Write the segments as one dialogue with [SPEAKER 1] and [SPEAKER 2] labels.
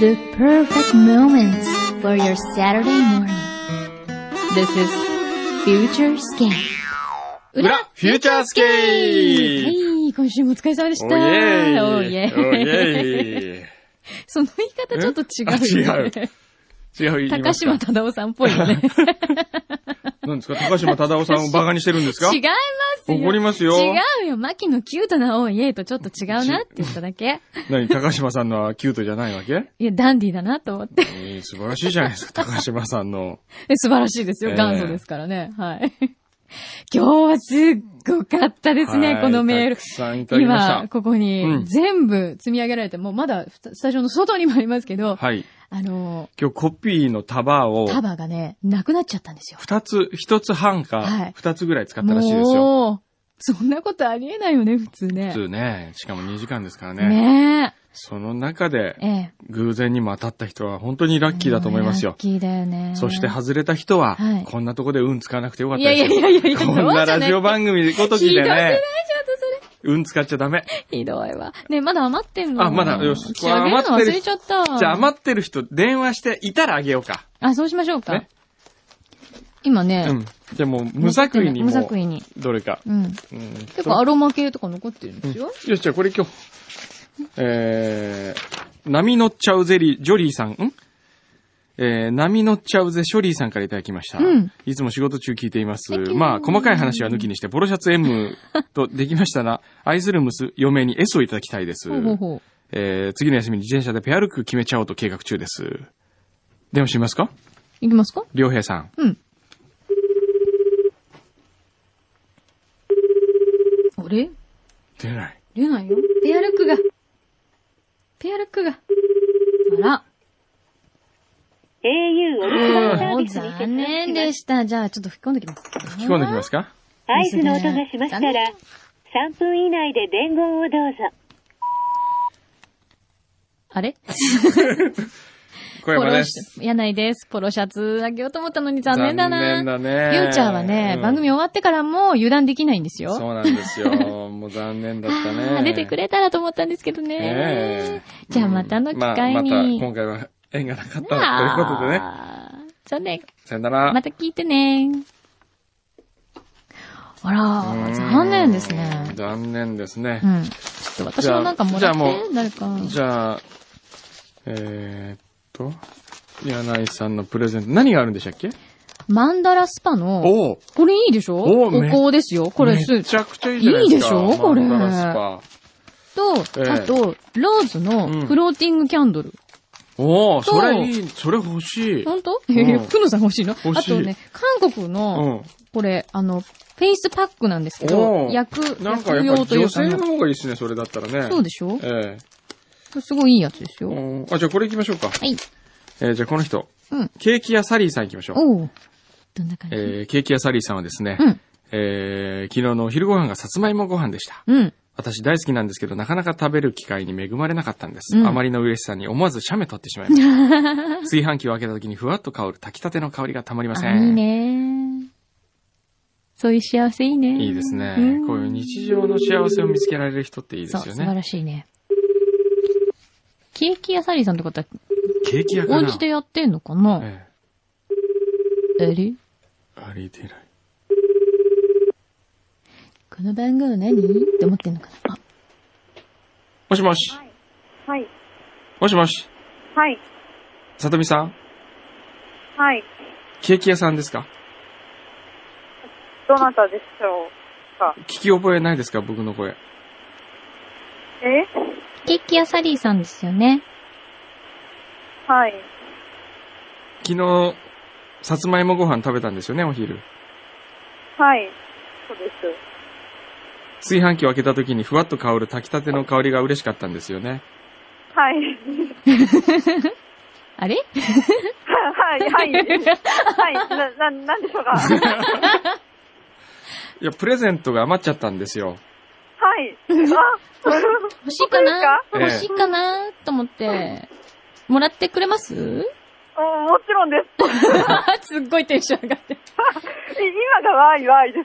[SPEAKER 1] The perfect moments for your Saturday morning. This is Future Scan.
[SPEAKER 2] 裏フューチャースケープ
[SPEAKER 1] はい、今週もお疲れ様でした。
[SPEAKER 2] おイェーイ
[SPEAKER 1] おいえ
[SPEAKER 2] おいえ
[SPEAKER 1] その言い方ちょっと違うよね。
[SPEAKER 2] い違う言い
[SPEAKER 1] 高
[SPEAKER 2] ます
[SPEAKER 1] 島
[SPEAKER 2] か
[SPEAKER 1] 忠夫さんっぽいよね。違いま
[SPEAKER 2] 何ですか高島忠夫さんをバカにしてるんですか
[SPEAKER 1] すよ。
[SPEAKER 2] 怒りますよ
[SPEAKER 1] 違うよ。牧野キュートなおいえとちょっと違うなって言っただけ。
[SPEAKER 2] 何高島さんのはキュートじゃないわけ
[SPEAKER 1] いや、ダンディーだなと思って。
[SPEAKER 2] えー素晴らしいじゃないですか、高島さんの。
[SPEAKER 1] え素晴らしいですよ。
[SPEAKER 2] ええ
[SPEAKER 1] 元祖ですからね。はい。 今日はすっごかったですね、
[SPEAKER 2] はい
[SPEAKER 1] このメール
[SPEAKER 2] たく。さんいただきま
[SPEAKER 1] 今、
[SPEAKER 2] し
[SPEAKER 1] ここ
[SPEAKER 2] う
[SPEAKER 1] に
[SPEAKER 2] ん
[SPEAKER 1] 全部積み上げられて、もうまだスタスタジオの外にもありますけ
[SPEAKER 2] た。
[SPEAKER 1] ど、
[SPEAKER 2] はい。
[SPEAKER 1] あの
[SPEAKER 2] 今日コピーの束を
[SPEAKER 1] ー、、束がね、なくなっちゃったんですよ。
[SPEAKER 2] 二つ、一つ半
[SPEAKER 1] はい
[SPEAKER 2] か、二つぐらい使ったらしいですよ。
[SPEAKER 1] もう、そんなことありえないよね、普通ね。
[SPEAKER 2] 普通ね、しかも2時間ですからね。
[SPEAKER 1] ね
[SPEAKER 2] その中で
[SPEAKER 1] え。、ええ。
[SPEAKER 2] 偶然にも当たった人は本当にラッキーだと思います
[SPEAKER 1] ラ
[SPEAKER 2] よ
[SPEAKER 1] ッ。キーだよね。
[SPEAKER 2] そして外れた人は
[SPEAKER 1] はい、
[SPEAKER 2] こんなとこで運使わなくてよかっ
[SPEAKER 1] い
[SPEAKER 2] た
[SPEAKER 1] や
[SPEAKER 2] で
[SPEAKER 1] い
[SPEAKER 2] す
[SPEAKER 1] や
[SPEAKER 2] よ
[SPEAKER 1] い。やいやいや、
[SPEAKER 2] こんなラジオ番組ごときで
[SPEAKER 1] ひどいじゃない
[SPEAKER 2] ね、運使っちゃダメ。
[SPEAKER 1] ひどいわ。ねえまだ余ってんの
[SPEAKER 2] あまだよし
[SPEAKER 1] 調べるの忘れちゃった。
[SPEAKER 2] じゃあ余ってる人、電話していたらあげようか。
[SPEAKER 1] あ、そうしましょうか
[SPEAKER 2] ね。
[SPEAKER 1] 今
[SPEAKER 2] う
[SPEAKER 1] ね、
[SPEAKER 2] ん。じゃあもう無作為に
[SPEAKER 1] 無
[SPEAKER 2] も
[SPEAKER 1] 作為に。
[SPEAKER 2] う、どれか。
[SPEAKER 1] うん。
[SPEAKER 2] うん
[SPEAKER 1] 結構アロマ系とか残ってるんですよ。
[SPEAKER 2] よし、じゃあこれ今日、えー、波乗っちゃうゼリー、ジョリーさん、んえー、波乗っちゃうぜ、ショリーさんからいただきました。
[SPEAKER 1] うん
[SPEAKER 2] いつも仕事中聞いています。
[SPEAKER 1] Thank you
[SPEAKER 2] まあ、細かい話は抜きにして、ボロシャツ M とできましたら、愛する娘嫁に S をいただきたいです。
[SPEAKER 1] ほうほうほう。
[SPEAKER 2] えー、次の休みに自転車でペアルック決めちゃおうと計画中です。電話してみますか
[SPEAKER 1] いきますか
[SPEAKER 2] 良平さん。
[SPEAKER 1] うん。あれ
[SPEAKER 2] 出ない。
[SPEAKER 1] 出ないよ。ペアルックが。ペアルックが。あら。
[SPEAKER 3] au オリジナルサー
[SPEAKER 1] もう
[SPEAKER 3] ビスにて
[SPEAKER 1] 残念でした。じゃあ、ちょっと吹き込んできます。
[SPEAKER 2] 聞こえてきますか
[SPEAKER 3] 合図の音がしましたら、3分以内で伝言をどうぞ。
[SPEAKER 1] あれ
[SPEAKER 2] 小山で
[SPEAKER 1] ポロ
[SPEAKER 2] す。
[SPEAKER 1] シャ柳井です。ポロシャツあげようと思ったのに残念だな。
[SPEAKER 2] 残念だね。
[SPEAKER 1] ゆうちゃんはね、
[SPEAKER 2] うん
[SPEAKER 1] 番組終わってからも油断できないんですよ。
[SPEAKER 2] そうなんで すよ。もう残念だった
[SPEAKER 1] あー
[SPEAKER 2] ね。
[SPEAKER 1] 出てくれたらと思ったんですけどね。
[SPEAKER 2] ええ
[SPEAKER 1] じゃあまたの機会に
[SPEAKER 2] まあ、また今回は縁がなかったということでね。
[SPEAKER 1] あー残念。
[SPEAKER 2] さよなら。
[SPEAKER 1] また聞いてね。あら、残念です
[SPEAKER 2] うーん
[SPEAKER 1] ね。
[SPEAKER 2] 残念ですね
[SPEAKER 1] う。ん。ちょっと私もなんかも
[SPEAKER 2] じ
[SPEAKER 1] ら
[SPEAKER 2] ゃ
[SPEAKER 1] っ
[SPEAKER 2] あ
[SPEAKER 1] て
[SPEAKER 2] じゃあも、
[SPEAKER 1] 誰か。
[SPEAKER 2] じゃあ、えー、っと、柳井さんのプレゼント、何があるんでしたっけ
[SPEAKER 1] マンダラスパの、
[SPEAKER 2] おう
[SPEAKER 1] これいいでしょ
[SPEAKER 2] お
[SPEAKER 1] お
[SPEAKER 2] め
[SPEAKER 1] 香ですよ。これす、
[SPEAKER 2] めちゃくちゃいいじゃないですか。
[SPEAKER 1] いいでしょこれ
[SPEAKER 2] マンダラス
[SPEAKER 1] と、
[SPEAKER 2] ええ
[SPEAKER 1] あと、ローズのフローティングキャンドル。
[SPEAKER 2] パ。おお
[SPEAKER 1] と
[SPEAKER 2] それいい、それ欲しい。
[SPEAKER 1] ほんと
[SPEAKER 2] ん
[SPEAKER 1] ええ、ふのさん欲しいの
[SPEAKER 2] 欲
[SPEAKER 1] あ
[SPEAKER 2] しい
[SPEAKER 1] とね、韓国
[SPEAKER 2] う
[SPEAKER 1] の、
[SPEAKER 2] ん。
[SPEAKER 1] これ、あの、フェイスパックなんですけど、
[SPEAKER 2] おー
[SPEAKER 1] 薬、
[SPEAKER 2] なんか
[SPEAKER 1] 薬
[SPEAKER 2] やっぱ
[SPEAKER 1] 用と
[SPEAKER 2] り
[SPEAKER 1] いう
[SPEAKER 2] 女
[SPEAKER 1] か
[SPEAKER 2] 性
[SPEAKER 1] ね
[SPEAKER 2] の、方がいいですね、それだったらね。
[SPEAKER 1] そうでしょ
[SPEAKER 2] え
[SPEAKER 1] すごいいいやつです
[SPEAKER 2] え
[SPEAKER 1] よ。は
[SPEAKER 2] うんあ、じゃあこれ行きましょうか。
[SPEAKER 1] い。
[SPEAKER 2] えーじゃあこの人。
[SPEAKER 1] うん。
[SPEAKER 2] ケーキ屋サリーさん行きましょう。
[SPEAKER 1] おうどんな感じ
[SPEAKER 2] えーケーキ屋サリーさんはですね、
[SPEAKER 1] うん
[SPEAKER 2] えー昨日のお昼ご飯がさつまいもご飯でした。
[SPEAKER 1] うん。
[SPEAKER 2] 私大好きなんですけど、なかなか食べる機会に恵まれなかったんです。
[SPEAKER 1] うん
[SPEAKER 2] あまりの嬉しさに思わずシャメ取ってしまい ました。炊飯器を開けた時にふわっと香る炊きたての香りがたまりませ
[SPEAKER 1] あ、
[SPEAKER 2] ん。
[SPEAKER 1] いいね。そういう幸せいいね。
[SPEAKER 2] いいですね
[SPEAKER 1] うん。
[SPEAKER 2] こういう日常の幸せを見つけられる人っていいで
[SPEAKER 1] そう、
[SPEAKER 2] す
[SPEAKER 1] 素
[SPEAKER 2] よ
[SPEAKER 1] 晴
[SPEAKER 2] ね。
[SPEAKER 1] らしいね。ケーキ屋サリーさんってことは、
[SPEAKER 2] ケーキ屋か
[SPEAKER 1] お
[SPEAKER 2] な
[SPEAKER 1] 家でやってんのかな
[SPEAKER 2] ええ
[SPEAKER 1] えり
[SPEAKER 2] ありてない。
[SPEAKER 1] この番号何って思ってんのかなあ、
[SPEAKER 2] もしもし、
[SPEAKER 3] はい、
[SPEAKER 2] もしもし、
[SPEAKER 3] はい、
[SPEAKER 2] さとみさん、
[SPEAKER 3] はい。
[SPEAKER 2] ケーキ屋さんですか
[SPEAKER 3] どなたでしょうか
[SPEAKER 2] 聞き覚えないですか僕の声。
[SPEAKER 3] え
[SPEAKER 1] ケーキ屋サリーさんですよね。
[SPEAKER 3] はい。
[SPEAKER 2] 昨日、さつまいもご飯食べたんですよね、お昼。
[SPEAKER 3] はい。そうです。
[SPEAKER 2] 炊飯器を開けた時にふわっと香る炊きたての香りが嬉しかったんですよね。
[SPEAKER 3] はい。
[SPEAKER 1] あれ
[SPEAKER 3] はい、 はい。はい。な、な、 なんでしょうかはい
[SPEAKER 2] や、プレゼントが余っちゃったんですよ。
[SPEAKER 3] い。あ、
[SPEAKER 1] 欲しいかな
[SPEAKER 2] 本当
[SPEAKER 1] 欲
[SPEAKER 2] ですか
[SPEAKER 1] しいかなと思って、もらってくれます
[SPEAKER 3] うんもちろんです。
[SPEAKER 1] すっごいテンション上がって。
[SPEAKER 3] 今がわいわいで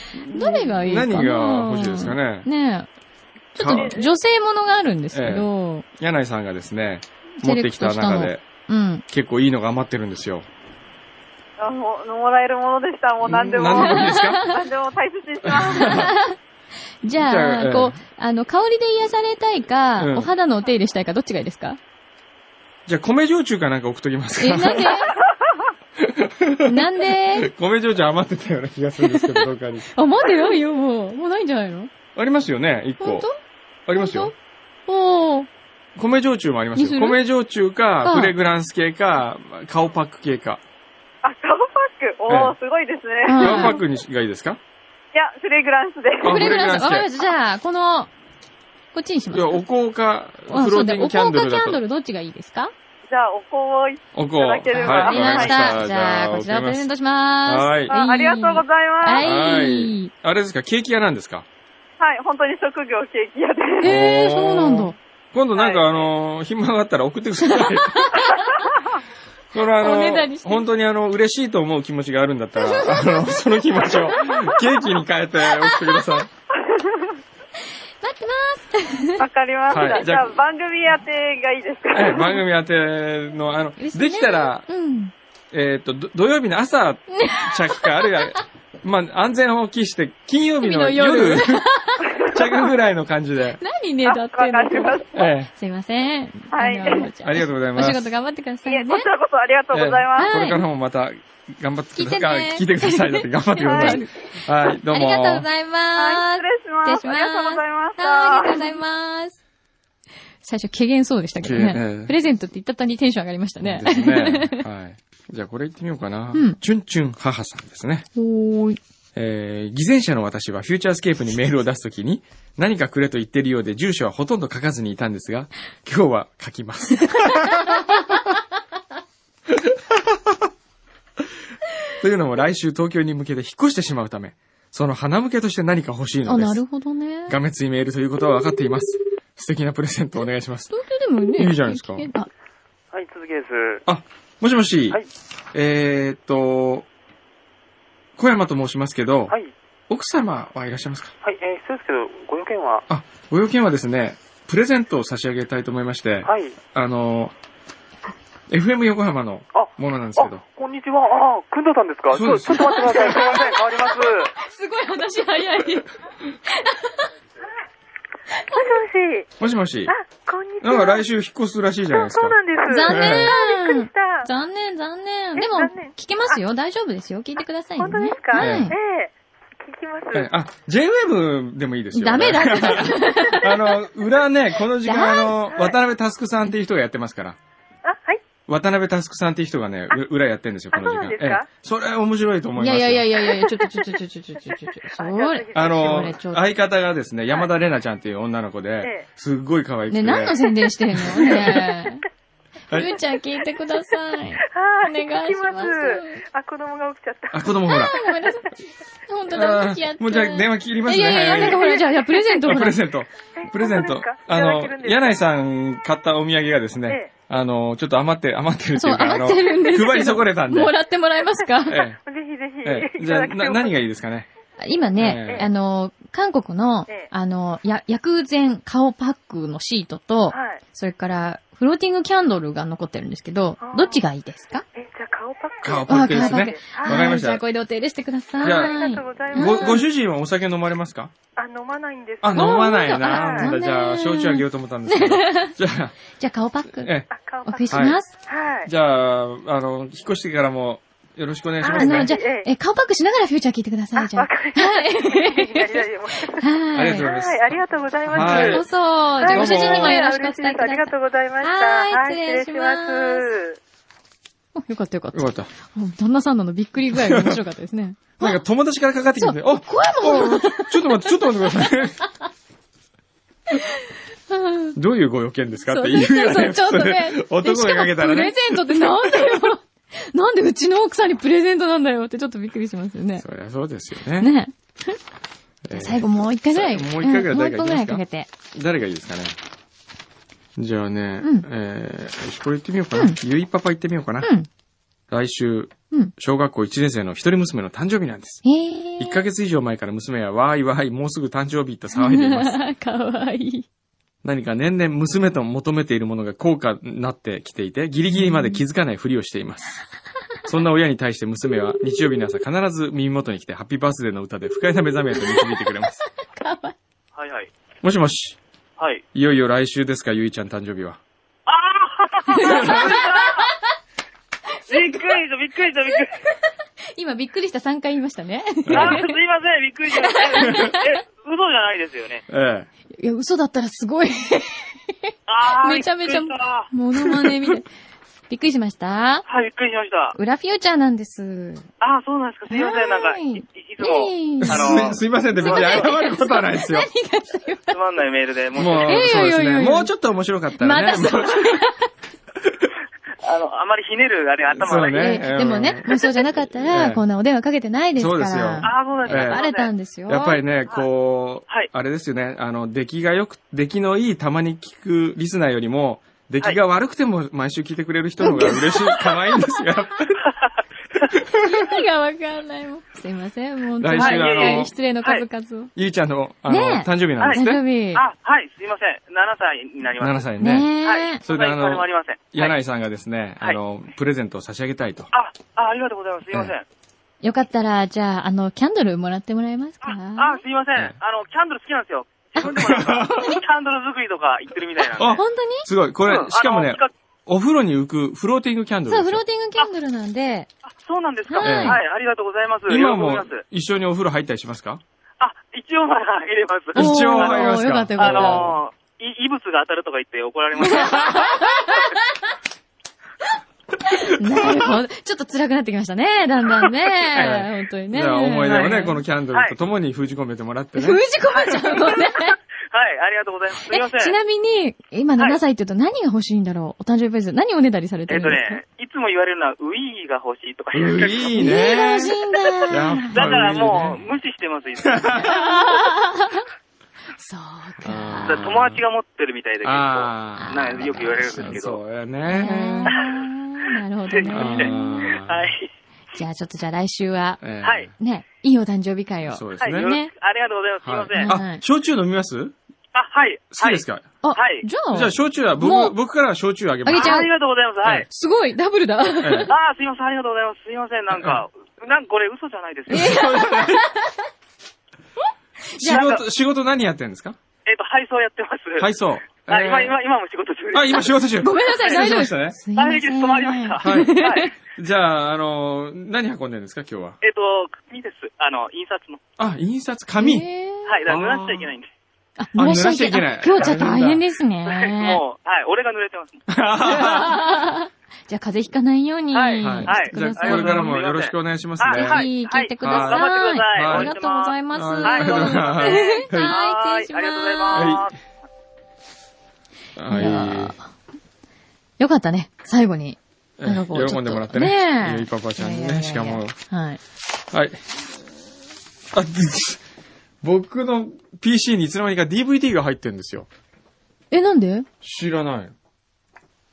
[SPEAKER 3] す。
[SPEAKER 1] どれがいいかな
[SPEAKER 2] 何が欲しいですかね
[SPEAKER 1] ねちょっと女性ものがあるんですけど、
[SPEAKER 2] 柳井さんがですね、
[SPEAKER 1] セ
[SPEAKER 2] 持っ
[SPEAKER 1] レ
[SPEAKER 2] て
[SPEAKER 1] ク
[SPEAKER 2] きた
[SPEAKER 1] トしたの
[SPEAKER 2] 中で、
[SPEAKER 1] うん。
[SPEAKER 2] 結構いいのが余ってるんですよ。
[SPEAKER 3] あもう、もらえるものでした。もう何でも。
[SPEAKER 2] 何でもいいですか
[SPEAKER 3] 何でも大切にします。
[SPEAKER 1] じ
[SPEAKER 2] じゃあ
[SPEAKER 1] ゃ
[SPEAKER 2] ええ
[SPEAKER 1] あ、こう、あの、香りで癒されたいか、
[SPEAKER 2] うん
[SPEAKER 1] お肌のお手入れしたいか、どっちがいいです か
[SPEAKER 2] じゃあ、米焼酎かなんか送っときます
[SPEAKER 1] え、
[SPEAKER 2] か。
[SPEAKER 1] なんで なんで
[SPEAKER 2] 米焼酎余ってたような気がするんですけど、どっ かに。
[SPEAKER 1] あ、待てよ、いいよ、もう。もうないんじゃないの
[SPEAKER 2] ありますよね、一
[SPEAKER 1] 本
[SPEAKER 2] 個。
[SPEAKER 1] 当
[SPEAKER 2] ありますよ。
[SPEAKER 1] おー。
[SPEAKER 2] 米焼酎もあります
[SPEAKER 1] にす
[SPEAKER 2] よ。
[SPEAKER 1] る
[SPEAKER 2] 米焼酎か、
[SPEAKER 1] うん
[SPEAKER 2] フレグランス系か、顔パック系か。
[SPEAKER 3] あ、顔パック。お
[SPEAKER 2] ええ
[SPEAKER 3] ー、すごいです
[SPEAKER 1] う
[SPEAKER 3] ね。
[SPEAKER 1] ん
[SPEAKER 2] 顔パックにしがいいですか
[SPEAKER 3] いや、フレグランスで。
[SPEAKER 2] あ
[SPEAKER 1] フレグランス、
[SPEAKER 2] フ
[SPEAKER 1] わ
[SPEAKER 2] レ
[SPEAKER 1] かりま
[SPEAKER 2] グラン
[SPEAKER 1] した。じゃあ、この、こっちにしま
[SPEAKER 2] い
[SPEAKER 1] す
[SPEAKER 2] や、。お香か、
[SPEAKER 1] あ
[SPEAKER 2] フロ
[SPEAKER 1] そう
[SPEAKER 2] ーテ
[SPEAKER 1] だ
[SPEAKER 2] ィング
[SPEAKER 1] お
[SPEAKER 2] キャ
[SPEAKER 1] 香
[SPEAKER 2] ンド
[SPEAKER 1] か
[SPEAKER 2] ル
[SPEAKER 1] キ
[SPEAKER 2] だ
[SPEAKER 1] ャンド
[SPEAKER 2] と。
[SPEAKER 1] ルどっちがいいですか
[SPEAKER 3] じゃあ、お香をい
[SPEAKER 2] お香。
[SPEAKER 3] いただければ
[SPEAKER 1] わかりまし
[SPEAKER 2] わか
[SPEAKER 1] た。
[SPEAKER 2] り
[SPEAKER 1] じゃあ、こちらをプレゼントします。
[SPEAKER 2] はい
[SPEAKER 3] あありがとうございます。
[SPEAKER 1] は
[SPEAKER 3] はいい、
[SPEAKER 1] はい
[SPEAKER 2] あれですか、ケーキ屋なんですか
[SPEAKER 3] 本当に職業ケーキ屋で。
[SPEAKER 2] え
[SPEAKER 1] え
[SPEAKER 2] おー
[SPEAKER 1] ー、そうなんだ。
[SPEAKER 2] 今度なんか、
[SPEAKER 3] はい
[SPEAKER 2] あのー、暇があったら送ってくだ さい。それは
[SPEAKER 1] おねだ
[SPEAKER 2] あの
[SPEAKER 1] りして
[SPEAKER 2] 本当にあの、嬉しいと思う気持ちがあるんだったら、あの、その気持ちをケーキに変えて送ってください。
[SPEAKER 1] 待って
[SPEAKER 3] わかりました。
[SPEAKER 2] はい
[SPEAKER 3] じゃあ、番組宛てがいいですか
[SPEAKER 2] ええ番組宛ての、あの、
[SPEAKER 1] ます。
[SPEAKER 2] できたら、
[SPEAKER 1] うん。
[SPEAKER 2] えっ、と、ど土曜日の朝、着か、あるいは、まあ、安全を期して、金曜日の夜、着ぐらいの感じで。
[SPEAKER 1] 何ね、
[SPEAKER 3] あ
[SPEAKER 1] だってんの
[SPEAKER 3] わかりまし
[SPEAKER 2] ええ
[SPEAKER 1] すいません。
[SPEAKER 3] はい
[SPEAKER 1] あのじゃ
[SPEAKER 2] ありがとうございます
[SPEAKER 1] お仕事頑張ってくださ
[SPEAKER 3] いえ、
[SPEAKER 1] いね
[SPEAKER 3] こ。ちらこそありがとうございます。
[SPEAKER 2] ええこれ
[SPEAKER 1] はい
[SPEAKER 2] からもまた、頑張ってください。
[SPEAKER 1] 聞
[SPEAKER 2] 聞
[SPEAKER 1] いて
[SPEAKER 2] いて
[SPEAKER 1] ね
[SPEAKER 2] ください。だって頑張ってください。はい、どう
[SPEAKER 1] あ
[SPEAKER 2] も。
[SPEAKER 1] りがとうござい
[SPEAKER 3] は
[SPEAKER 1] ま
[SPEAKER 3] い、
[SPEAKER 1] す。
[SPEAKER 3] 失礼します。ありがとうございました
[SPEAKER 1] ありがとうございます。最初、軽減そうでしたけど
[SPEAKER 2] 軽減え
[SPEAKER 1] ね
[SPEAKER 2] え。
[SPEAKER 1] プレゼントって言った途端にテンション上がりましたね。
[SPEAKER 2] ですね。はい。じゃあこれ行ってみようかな。
[SPEAKER 1] うん
[SPEAKER 2] チュンチュン母さんですね。
[SPEAKER 1] おーい。
[SPEAKER 2] えー、偽善者の私はフューチャースケープにメールを出すときに、何かくれと言ってるようで住所はほとんど書かずにいたんですが、 今日は書きます。 というのも来週東京に向けて引っ越してしまうため、その花向けとして何か欲しい
[SPEAKER 1] あ、
[SPEAKER 2] ので
[SPEAKER 1] な
[SPEAKER 2] す
[SPEAKER 1] る。ほどね。
[SPEAKER 2] がめついメールということは分かっています。素敵なプレゼントをお願いします。
[SPEAKER 1] 東京でもね。
[SPEAKER 2] いいじゃないですか
[SPEAKER 1] 聞けあ
[SPEAKER 4] はい、続きです。
[SPEAKER 2] あ、もしもし。
[SPEAKER 4] はい
[SPEAKER 2] えーっと、小山と申しますけど、
[SPEAKER 4] はい、
[SPEAKER 2] 奥様はいらっしゃいますか
[SPEAKER 4] はい、えー、失礼ですけど、ご用件は、
[SPEAKER 2] あ、ご用件はですね、プレゼントを差し上げたいと思いまして、
[SPEAKER 4] はい、
[SPEAKER 2] あの、FM 横浜の
[SPEAKER 4] あ、
[SPEAKER 2] ものなんですけど
[SPEAKER 4] あ、、こんにちは、あー、組んだったんですか
[SPEAKER 2] そうです
[SPEAKER 4] ちょちょっと待ってください、すいません、変わります。
[SPEAKER 1] すごい話早 い。
[SPEAKER 2] も
[SPEAKER 3] もしもし。
[SPEAKER 2] しもし、
[SPEAKER 3] あ、こんにちは。
[SPEAKER 2] なんか来週引っ越すらしいじゃないです
[SPEAKER 3] そ
[SPEAKER 2] か
[SPEAKER 3] う。なんです。
[SPEAKER 1] 残
[SPEAKER 3] びっくり
[SPEAKER 1] 念
[SPEAKER 3] し。た。
[SPEAKER 1] 残念、残念。
[SPEAKER 3] え
[SPEAKER 1] でも
[SPEAKER 3] 残念、
[SPEAKER 1] 聞けますよ。大丈夫ですよ。聞いてくださいね。
[SPEAKER 3] 本当ですか、
[SPEAKER 1] は
[SPEAKER 2] え
[SPEAKER 1] い。
[SPEAKER 3] ええ聞きます。
[SPEAKER 2] えあ、JWAVE でもいいですよ。
[SPEAKER 1] ダメだって。
[SPEAKER 2] あの、裏ね、この時間、あの、
[SPEAKER 3] はい
[SPEAKER 2] 渡辺佑さんっていう人がやってますから。
[SPEAKER 3] あ、はい。
[SPEAKER 2] 渡辺佑さんっていう人がね、う裏やってるんですよ、この時
[SPEAKER 3] あ
[SPEAKER 2] 間。
[SPEAKER 3] そうなんです
[SPEAKER 2] え
[SPEAKER 3] か
[SPEAKER 2] えそれ面白いと思い
[SPEAKER 1] い
[SPEAKER 2] ま
[SPEAKER 1] や
[SPEAKER 2] す
[SPEAKER 1] い
[SPEAKER 2] よ。
[SPEAKER 1] やいやいやいや、ちょっとちょっとちょっとちょっとちょっとちょっと。それ。
[SPEAKER 2] あの
[SPEAKER 1] 俺ちょっ、と
[SPEAKER 2] 相方がですね、山田玲奈ちゃんっていう女の子で
[SPEAKER 3] ええ、
[SPEAKER 2] すっごい可愛くて。
[SPEAKER 1] ね、何の宣伝して んのねえ。
[SPEAKER 2] は
[SPEAKER 1] ル
[SPEAKER 2] い
[SPEAKER 1] ーちゃん聞いてください。
[SPEAKER 3] はい、
[SPEAKER 1] お願いします
[SPEAKER 3] 聞きます。あ、子供が起きちゃった。
[SPEAKER 2] あ、子供ほら。
[SPEAKER 1] ごめんなさい。本当だ、
[SPEAKER 2] あ
[SPEAKER 1] 起きちゃっ
[SPEAKER 2] ー
[SPEAKER 1] た。
[SPEAKER 2] もうじゃあ電話切ります
[SPEAKER 1] い
[SPEAKER 2] ね。
[SPEAKER 1] やいやいや、
[SPEAKER 2] はい
[SPEAKER 1] なんかほら、じゃあ、いやプレゼントほ
[SPEAKER 2] プ
[SPEAKER 1] ら
[SPEAKER 2] レ。ゼント。プレゼント
[SPEAKER 3] 本当です。か
[SPEAKER 2] あ
[SPEAKER 3] いただけるん
[SPEAKER 2] の、
[SPEAKER 3] ですか
[SPEAKER 2] 柳井さん買ったお土産がです
[SPEAKER 3] え
[SPEAKER 2] ね
[SPEAKER 3] え、
[SPEAKER 2] あの、ちょっと余って、余ってるって
[SPEAKER 1] そ、
[SPEAKER 2] いううか、あ
[SPEAKER 1] 余
[SPEAKER 2] の、
[SPEAKER 1] ってるんですけど。
[SPEAKER 2] 配り損ねたんで。
[SPEAKER 1] もらってもらえますか
[SPEAKER 2] ええ
[SPEAKER 3] ぜひぜひ。
[SPEAKER 2] ええ
[SPEAKER 3] い
[SPEAKER 2] じゃ
[SPEAKER 3] た
[SPEAKER 2] あ、
[SPEAKER 3] だきた
[SPEAKER 2] ない何がいいですかね。
[SPEAKER 1] 今
[SPEAKER 2] え
[SPEAKER 1] ね、
[SPEAKER 2] え
[SPEAKER 1] あの、韓国の
[SPEAKER 3] ええ、
[SPEAKER 1] あの、や薬膳顔パックのシートと、
[SPEAKER 3] はい。
[SPEAKER 1] それから、フローティングキャンドルが残ってるんですけど
[SPEAKER 3] あ、ー
[SPEAKER 1] どっちがいいですか
[SPEAKER 3] え、じゃあ顔パック。
[SPEAKER 2] 顔パックです
[SPEAKER 1] あ
[SPEAKER 2] ね
[SPEAKER 1] 顔パック
[SPEAKER 3] はい
[SPEAKER 2] わかりました
[SPEAKER 1] じゃあ、これでお手入れしてください。
[SPEAKER 2] じゃあ
[SPEAKER 3] ありがとうございます。
[SPEAKER 2] ご、ご主人はお酒飲まれますか
[SPEAKER 3] あ、飲まないんです。
[SPEAKER 2] あ、飲まない
[SPEAKER 1] あ
[SPEAKER 2] な。
[SPEAKER 1] 残念
[SPEAKER 2] じゃあ、焼酎あげようと思ったんです けど。じゃあ、
[SPEAKER 1] じゃあ、顔パック、
[SPEAKER 2] え
[SPEAKER 3] あ、顔
[SPEAKER 1] お
[SPEAKER 3] パッ
[SPEAKER 1] 送りし
[SPEAKER 3] ク。
[SPEAKER 1] ます。
[SPEAKER 3] はい。
[SPEAKER 2] じゃあ、あの、引っ越してからもよろしくお願いしま
[SPEAKER 3] は
[SPEAKER 1] あ
[SPEAKER 2] す
[SPEAKER 3] い
[SPEAKER 1] の、
[SPEAKER 2] ね
[SPEAKER 1] じ。ゃあ
[SPEAKER 3] え、え
[SPEAKER 1] え、顔パックしながらフューチャー聞いてください、じ
[SPEAKER 3] あ、
[SPEAKER 1] ゃあ
[SPEAKER 3] わ。かりました。
[SPEAKER 1] は
[SPEAKER 2] ありがとうございます
[SPEAKER 3] はい、ありがとうございます。
[SPEAKER 1] こ
[SPEAKER 2] はい
[SPEAKER 1] ちらこそ、じゃあご主人にもよろしくお伝えくださ
[SPEAKER 3] あり
[SPEAKER 1] い
[SPEAKER 3] が。とうございました。
[SPEAKER 1] はい失礼し
[SPEAKER 3] 失礼し
[SPEAKER 1] ます
[SPEAKER 3] ます。
[SPEAKER 1] およかったよかった
[SPEAKER 2] よ。かった。
[SPEAKER 1] もう旦那さんのびっくり具合が面白かったです ね。
[SPEAKER 2] なんか友達からかかってきて、お
[SPEAKER 1] 怖いもん。
[SPEAKER 2] おちょちょっと待って、ちょっと待ってください。どういうご用件ですかって言うよね。
[SPEAKER 1] そうそうそうちょっとね
[SPEAKER 2] それ。 男がかけたら
[SPEAKER 1] えし。かもプ
[SPEAKER 2] ね
[SPEAKER 1] レゼントってなんだよ。なんでうちの奥さんにプレゼントなんだよってちょっとびっくりしますよね。
[SPEAKER 2] そりゃそうですよね。
[SPEAKER 1] ね
[SPEAKER 2] えー
[SPEAKER 1] 最後もう一回ぐらい。
[SPEAKER 2] もう一回ぐらい
[SPEAKER 1] んもう一
[SPEAKER 2] 誰
[SPEAKER 1] 個
[SPEAKER 2] か
[SPEAKER 1] ぐ
[SPEAKER 2] いき
[SPEAKER 1] ら
[SPEAKER 2] ま
[SPEAKER 1] い
[SPEAKER 2] すか
[SPEAKER 1] かけて。
[SPEAKER 2] 誰がいいですかね。じゃあね、
[SPEAKER 1] うん
[SPEAKER 2] えー、これ行ってみようかな。ゆいパパ行ってみようかな。
[SPEAKER 1] うん。
[SPEAKER 2] 来週、
[SPEAKER 1] うん。
[SPEAKER 2] 小学校1年生の一人娘の誕生日なんです。
[SPEAKER 1] へ
[SPEAKER 2] 1ヶ月以上前から娘は、わーいわーい、もうすぐ誕生日と騒いでいます。
[SPEAKER 1] え。 かわいい。
[SPEAKER 2] 何か年々娘と求めているものが高価になってきていて、ギリギリまで気づかないふりをしています。そんな親に対して娘は日曜日の朝必ず耳元に来てハッピーバースデーの歌で不快な目覚めへと導いてくれます。
[SPEAKER 1] かわいい。
[SPEAKER 4] はいはい。
[SPEAKER 2] もしもし、
[SPEAKER 4] はい。
[SPEAKER 2] いよいよ来週ですか、ゆいちゃん誕生日は。
[SPEAKER 4] あーびっくりした、びっくりした、びっくりした。
[SPEAKER 1] 今びっくりした3回言いましたね。
[SPEAKER 4] あーすいません、びっくりしました。 え、嘘じゃないですよね。
[SPEAKER 2] え
[SPEAKER 1] い
[SPEAKER 2] え。
[SPEAKER 1] や、嘘だったらすごい。
[SPEAKER 4] あー
[SPEAKER 1] めちゃめちゃ
[SPEAKER 4] びっくりした、
[SPEAKER 1] モノマネみたい。びっくりしました
[SPEAKER 4] はい、びっくりしました。
[SPEAKER 1] 裏フューチャーなんです。
[SPEAKER 4] あーそうなんですか。すいません、なんか、
[SPEAKER 1] はい
[SPEAKER 4] いいつも、
[SPEAKER 1] いえいえ
[SPEAKER 4] あのー
[SPEAKER 2] すすいませんで、別に謝ることはないですよ。
[SPEAKER 4] つまんないメールで、も
[SPEAKER 2] もう
[SPEAKER 4] う、あ、
[SPEAKER 2] そうで
[SPEAKER 1] い
[SPEAKER 2] す
[SPEAKER 1] やいやいや
[SPEAKER 2] ね。
[SPEAKER 1] いや
[SPEAKER 2] もうちょっと面白かったらね。
[SPEAKER 1] またそ
[SPEAKER 2] もうちょっ
[SPEAKER 4] の、あまりひねる、あれ、頭が
[SPEAKER 2] そう
[SPEAKER 4] ね。
[SPEAKER 2] ね
[SPEAKER 1] ええでもね、もうそうじゃなかった
[SPEAKER 2] ええ
[SPEAKER 1] ら、こんなお電話かけてないですから。
[SPEAKER 2] そうですよ
[SPEAKER 4] あーそうなんです
[SPEAKER 2] ええ
[SPEAKER 4] か。
[SPEAKER 1] バレたんですよ。
[SPEAKER 2] とやっ ぱり。ね、こう
[SPEAKER 4] はい、
[SPEAKER 2] あれですよね、あの、出来がよく、出来のいいたまに聞くリスナーよりも、出来が悪くても毎週聞いてくれる人の方が嬉しい、可愛いんですよ。
[SPEAKER 1] 意味がわかんないもん。すいません、もう。
[SPEAKER 2] 来週
[SPEAKER 4] あの
[SPEAKER 1] はい失礼の数々を。
[SPEAKER 2] ゆいちゃんの、あの、
[SPEAKER 1] ねえ
[SPEAKER 2] 誕生日なんです
[SPEAKER 1] 誕
[SPEAKER 2] ね。
[SPEAKER 1] 生日。
[SPEAKER 4] あ、はい、すいません。7歳になりま
[SPEAKER 2] 7
[SPEAKER 4] す。
[SPEAKER 2] 歳ね。
[SPEAKER 4] は
[SPEAKER 1] ね
[SPEAKER 4] い。
[SPEAKER 1] え。
[SPEAKER 2] それであの
[SPEAKER 4] そんな一回もありません。はい
[SPEAKER 2] 柳井さんがですね、
[SPEAKER 4] はい
[SPEAKER 2] あの、プレゼントを差し上げたいと。
[SPEAKER 4] あ、あ、ありがとうございます。すいません。
[SPEAKER 2] え
[SPEAKER 1] よかったら、じゃあ、あの、キャンドルもらってもらえますか
[SPEAKER 4] あ、あ、すいません。
[SPEAKER 2] ええ
[SPEAKER 4] あの、キャンドル好きなんですよ。自分でもなん か、キャンドル作りとか言ってるみたいなんで。
[SPEAKER 2] あ
[SPEAKER 1] 本
[SPEAKER 2] すごい。これ
[SPEAKER 4] う、ん
[SPEAKER 2] しかも
[SPEAKER 4] あ
[SPEAKER 2] ね
[SPEAKER 4] の、近く
[SPEAKER 2] お風呂に浮くフローティングキャンド
[SPEAKER 1] 当
[SPEAKER 2] ル
[SPEAKER 1] にそう、
[SPEAKER 2] です
[SPEAKER 1] フロ
[SPEAKER 2] よ
[SPEAKER 1] ー。ティングキャンドルなん で、
[SPEAKER 4] そうなんですか。
[SPEAKER 1] は
[SPEAKER 4] はいい、ありがとうございます。
[SPEAKER 2] 今
[SPEAKER 4] 喜
[SPEAKER 2] も
[SPEAKER 4] びます
[SPEAKER 2] 一緒にお風呂入ったりしますか
[SPEAKER 4] あ、一応まだ入れます。
[SPEAKER 2] 一応
[SPEAKER 1] おー
[SPEAKER 2] 入りますか
[SPEAKER 1] よかったよか
[SPEAKER 4] あ
[SPEAKER 1] った。
[SPEAKER 4] のー、い異物が当たるとか言って怒られま した。
[SPEAKER 1] なるほど。ちょっと辛くなってきましたね、だんだんね。本当に
[SPEAKER 2] じ
[SPEAKER 1] ね。
[SPEAKER 2] ゃあ思い出を
[SPEAKER 1] は
[SPEAKER 2] ね、このキャンドルと共に封じ込めてもらってね
[SPEAKER 1] 封。じ込めちゃうのね。
[SPEAKER 4] はい、ありがとうございます。すいませ
[SPEAKER 1] えち
[SPEAKER 4] ん。
[SPEAKER 1] なみに、今7歳って言うと何が欲しいんだろうお誕生日プレゼント。何をおねだりされて
[SPEAKER 4] え
[SPEAKER 1] るん
[SPEAKER 4] っと
[SPEAKER 1] ですか
[SPEAKER 4] ね、いつも言われるのは、ウィーが欲しいとか言う
[SPEAKER 2] うんいいね
[SPEAKER 1] 欲。しいんだ。
[SPEAKER 2] やっぱ
[SPEAKER 4] だからもう、
[SPEAKER 2] いいね
[SPEAKER 4] 無視してます、いつも。だか
[SPEAKER 1] そう
[SPEAKER 2] あ
[SPEAKER 1] か。
[SPEAKER 2] ー
[SPEAKER 4] ら友達が持ってるみたいで結構。
[SPEAKER 2] あ
[SPEAKER 4] なよく言われるんです
[SPEAKER 2] あ、
[SPEAKER 4] けど。
[SPEAKER 2] そうや
[SPEAKER 1] あー
[SPEAKER 2] ね。
[SPEAKER 1] なるほど
[SPEAKER 2] あ
[SPEAKER 1] ね。
[SPEAKER 2] ー
[SPEAKER 4] はい。
[SPEAKER 1] じゃあちょっとじゃあ来週は、
[SPEAKER 2] ええ
[SPEAKER 4] はい
[SPEAKER 1] ね、いいお誕生日会を。
[SPEAKER 2] そうです
[SPEAKER 4] はい、よ
[SPEAKER 2] ね。
[SPEAKER 4] ろ
[SPEAKER 1] ね
[SPEAKER 4] しくありがとうございます。すいません。
[SPEAKER 1] はい
[SPEAKER 2] あ、焼酎飲みます
[SPEAKER 4] あ、はい。
[SPEAKER 2] 好きですか
[SPEAKER 1] あ
[SPEAKER 4] はい、
[SPEAKER 1] じゃあ、
[SPEAKER 2] じゃあ焼酎は、
[SPEAKER 1] も
[SPEAKER 2] 僕、
[SPEAKER 1] う
[SPEAKER 2] 僕からは焼酎あげま
[SPEAKER 1] あげ
[SPEAKER 2] す
[SPEAKER 1] ち。ゃう
[SPEAKER 4] あありがとうございます。はい。
[SPEAKER 1] すごい、ダブル だ。
[SPEAKER 2] ええ
[SPEAKER 4] ああ、すいません。ありがとうございます。すいません。なんか、なんかこれ嘘じゃないですよ。
[SPEAKER 1] じ
[SPEAKER 2] 仕
[SPEAKER 1] ゃあ
[SPEAKER 2] 事、仕事何やってるんですか
[SPEAKER 4] えっと、配送やってます。
[SPEAKER 2] 配送。
[SPEAKER 4] あ
[SPEAKER 2] ええ
[SPEAKER 4] 今、今、今も仕事中です。
[SPEAKER 2] あ、今仕事中。
[SPEAKER 1] ごめんなさい、
[SPEAKER 2] 失
[SPEAKER 1] 大
[SPEAKER 2] 礼し
[SPEAKER 1] 丈夫
[SPEAKER 2] ま
[SPEAKER 1] で
[SPEAKER 2] したね。
[SPEAKER 1] すい
[SPEAKER 4] 大
[SPEAKER 1] ません。
[SPEAKER 4] 変止まりました。
[SPEAKER 2] はい
[SPEAKER 4] はい。
[SPEAKER 2] じゃあ、あのー、何運んでるんですか今日は。
[SPEAKER 4] えっと、紙です。あの、印刷の。
[SPEAKER 2] あ、印刷、紙。
[SPEAKER 1] えー
[SPEAKER 4] はい。だから濡らしちゃいけないんで。
[SPEAKER 1] あ、濡らしちゃいけない。
[SPEAKER 2] あ
[SPEAKER 1] あ今日ちょっと大変ですね。
[SPEAKER 4] もう、はい。俺が濡れてます。
[SPEAKER 1] じゃあ風邪ひかないように。
[SPEAKER 4] はい
[SPEAKER 2] はい
[SPEAKER 4] は
[SPEAKER 1] 来
[SPEAKER 4] い
[SPEAKER 1] て
[SPEAKER 2] じ
[SPEAKER 1] く
[SPEAKER 2] ゃあ
[SPEAKER 1] ださい。
[SPEAKER 2] これからもよろしくお願いしますね。
[SPEAKER 4] はい
[SPEAKER 1] いい聞いてください。
[SPEAKER 4] 頑張ってください。
[SPEAKER 2] はい
[SPEAKER 1] ありがとうございます。
[SPEAKER 2] はい
[SPEAKER 4] ありがとうございま
[SPEAKER 1] は
[SPEAKER 4] す
[SPEAKER 1] い
[SPEAKER 2] はい
[SPEAKER 1] は、
[SPEAKER 4] はいい。
[SPEAKER 1] 失礼
[SPEAKER 4] あり
[SPEAKER 1] し
[SPEAKER 4] がとうござい
[SPEAKER 1] ま
[SPEAKER 4] ます。
[SPEAKER 1] いや
[SPEAKER 2] は
[SPEAKER 1] す。よかったね、最後に。
[SPEAKER 2] い。
[SPEAKER 1] なんかこうちょっと
[SPEAKER 2] 喜んでもらってね。
[SPEAKER 1] ねえ
[SPEAKER 2] ゆいパパちゃんに
[SPEAKER 1] いやいやい
[SPEAKER 2] ね、
[SPEAKER 1] や
[SPEAKER 2] しかも。
[SPEAKER 1] はい。
[SPEAKER 2] はい。あ、ず僕の PC にいつの間にか DVD が入ってるんですよ。
[SPEAKER 1] え、なんで
[SPEAKER 2] 知らない。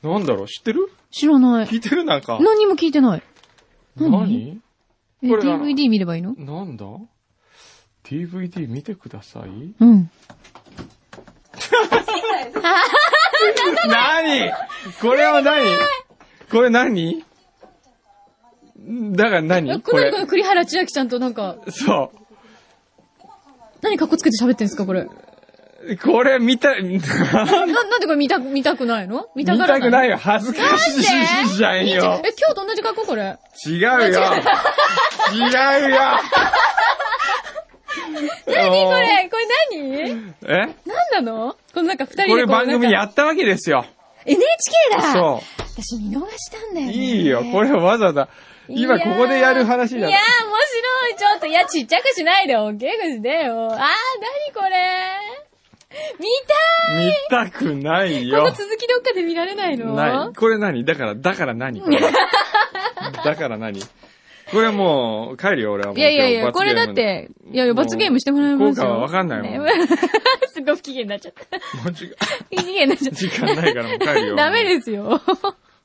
[SPEAKER 2] なんだろう知ってる
[SPEAKER 1] 知らない。
[SPEAKER 2] 聞いてるなんか。
[SPEAKER 1] 何も聞いてない。
[SPEAKER 2] 何
[SPEAKER 1] え、
[SPEAKER 2] これな
[SPEAKER 1] DVD 見ればいいの
[SPEAKER 2] なんだ ?DVD 見てください。
[SPEAKER 1] うん。
[SPEAKER 2] 何これは何これ何だから
[SPEAKER 1] え
[SPEAKER 2] 何
[SPEAKER 1] こ
[SPEAKER 2] こ
[SPEAKER 1] れ
[SPEAKER 2] れ
[SPEAKER 1] こ。れ栗原千秋ちゃんとなんか、
[SPEAKER 2] そ
[SPEAKER 1] 何かっこつけて喋ってんすか、これ。
[SPEAKER 2] う。これ見た、 見
[SPEAKER 1] な、なんでこれ見た、見たくないの見たがら。
[SPEAKER 2] たくないいよ。恥ずかしいじゃん
[SPEAKER 1] え、今
[SPEAKER 2] よ。
[SPEAKER 1] 日と同じ格好これ。
[SPEAKER 2] 違うよ。違うよ。 何
[SPEAKER 1] これ、これ何
[SPEAKER 2] え
[SPEAKER 1] 何なのこのなんか二人で
[SPEAKER 2] これ
[SPEAKER 1] うなん
[SPEAKER 2] 番
[SPEAKER 1] か
[SPEAKER 2] 組やったわけですよ。
[SPEAKER 1] NHK だ
[SPEAKER 2] そ
[SPEAKER 1] 私見逃したんだ
[SPEAKER 2] う。
[SPEAKER 1] よ、ね。
[SPEAKER 2] いいよ。これわざわざ。今ここでやる話じゃ
[SPEAKER 1] いや
[SPEAKER 2] ん
[SPEAKER 1] ー、いやー面白い。ちょっと、いや、ちっちゃくしないで、大きくしてよ。あー、なにこれ見
[SPEAKER 2] 見たくない
[SPEAKER 1] たいこ
[SPEAKER 2] よ
[SPEAKER 1] の。続きどっかで見られないの
[SPEAKER 2] ない。これ何だから、だから何これだから何これもう、帰るよ、俺はもう。
[SPEAKER 1] いやいやいや、
[SPEAKER 2] 今日
[SPEAKER 1] これだっ。て、いやいや、罰ゲームしてもらいますよ。
[SPEAKER 2] もう効果はわかんないもん
[SPEAKER 1] ね すごい不機嫌になっちゃった。
[SPEAKER 2] 罰ゲー
[SPEAKER 1] 不
[SPEAKER 2] ムもう時間
[SPEAKER 1] 機嫌になっちゃっ
[SPEAKER 2] 時間ないからもう帰るよ。
[SPEAKER 1] た。ダメですよ。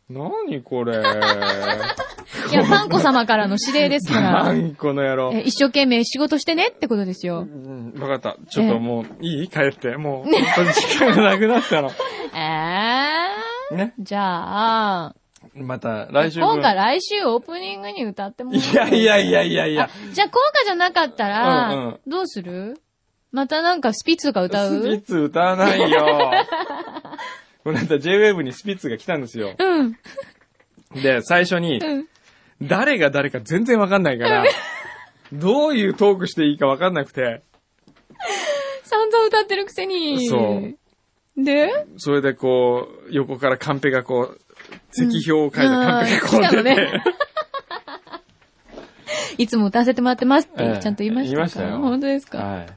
[SPEAKER 2] 何これ。
[SPEAKER 1] いや、パンコ様からの指令ですから。
[SPEAKER 2] 何この野郎
[SPEAKER 1] え。一生懸命仕事してねってことですよ
[SPEAKER 2] う。ん、わかった。ちょっともう、いい帰って。もう、本当に時間がなくなった の。
[SPEAKER 1] ええ
[SPEAKER 2] ね。
[SPEAKER 1] ー。じゃあ、
[SPEAKER 2] また、来週分
[SPEAKER 1] 今回来週オープニングに歌ってもらう
[SPEAKER 2] いやいやいやいやいや。
[SPEAKER 1] じゃあ、効果じゃなかった
[SPEAKER 2] うんうん
[SPEAKER 1] ら、どうするまたなんかスピッツとか歌
[SPEAKER 2] スピ
[SPEAKER 1] う
[SPEAKER 2] ッツ歌わな いよ。この間 JWAVE にスピッツが来たんですよ。
[SPEAKER 1] うん。
[SPEAKER 2] で、最初に、
[SPEAKER 1] ん
[SPEAKER 2] 誰が誰か全然わかんないから、どういうトークしていいかわかんなくて、
[SPEAKER 1] 散々歌ってるくせに。
[SPEAKER 2] そう。
[SPEAKER 1] で
[SPEAKER 2] それでこう、横からカンペがこう、石表を書いたカンペがこう出て、
[SPEAKER 1] うんうん来たのねいつも歌わせてもらってますっ
[SPEAKER 2] え
[SPEAKER 1] て
[SPEAKER 2] え、
[SPEAKER 1] ちゃんと言いましたか
[SPEAKER 2] 言いましたよ
[SPEAKER 1] 本当ですか、
[SPEAKER 2] はい。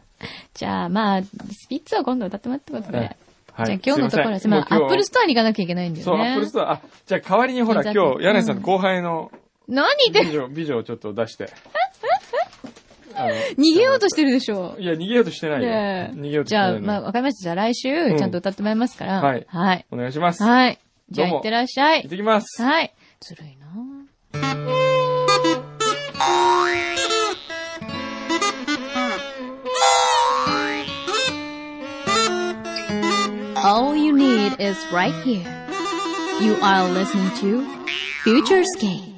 [SPEAKER 1] じゃあ、まあ、スピッツは今度歌ってもらってことで。
[SPEAKER 2] えはい
[SPEAKER 1] じゃあ今日のところは、
[SPEAKER 2] すい
[SPEAKER 1] ま
[SPEAKER 2] ま
[SPEAKER 1] あ、
[SPEAKER 2] せ
[SPEAKER 1] ア
[SPEAKER 2] ん
[SPEAKER 1] ップルス
[SPEAKER 2] も
[SPEAKER 1] トアに行かなきゃいけないんだ
[SPEAKER 2] う今
[SPEAKER 1] よ
[SPEAKER 2] 日そう、ア
[SPEAKER 1] ね。
[SPEAKER 2] ップルストア、あ、じゃあ代わりにほら
[SPEAKER 1] 銀座
[SPEAKER 2] 今
[SPEAKER 1] う
[SPEAKER 2] 日、
[SPEAKER 1] ん
[SPEAKER 2] 柳井さんの後輩の
[SPEAKER 1] 何
[SPEAKER 2] 美
[SPEAKER 1] で
[SPEAKER 2] 女、美女をちょっと出して。あの
[SPEAKER 1] 逃げようとしてるでしょ
[SPEAKER 2] いや、逃げようとしてないよ。
[SPEAKER 1] ねえ
[SPEAKER 2] 逃げようとし
[SPEAKER 1] じ
[SPEAKER 2] てない
[SPEAKER 1] ゃ
[SPEAKER 2] の
[SPEAKER 1] あ、まあ、わかりました。じゃあ来週、
[SPEAKER 2] ん
[SPEAKER 1] ちゃんと歌ってもらいますから。
[SPEAKER 2] はい
[SPEAKER 1] はい。
[SPEAKER 2] お願いします。い。
[SPEAKER 1] はい。じゃあ、
[SPEAKER 2] どうも
[SPEAKER 1] 行ってらっしゃ
[SPEAKER 2] 行
[SPEAKER 1] い
[SPEAKER 2] っ。てきます。
[SPEAKER 1] はい。ずるいなぁ
[SPEAKER 5] All you need is right here. You are listening to Futurescape.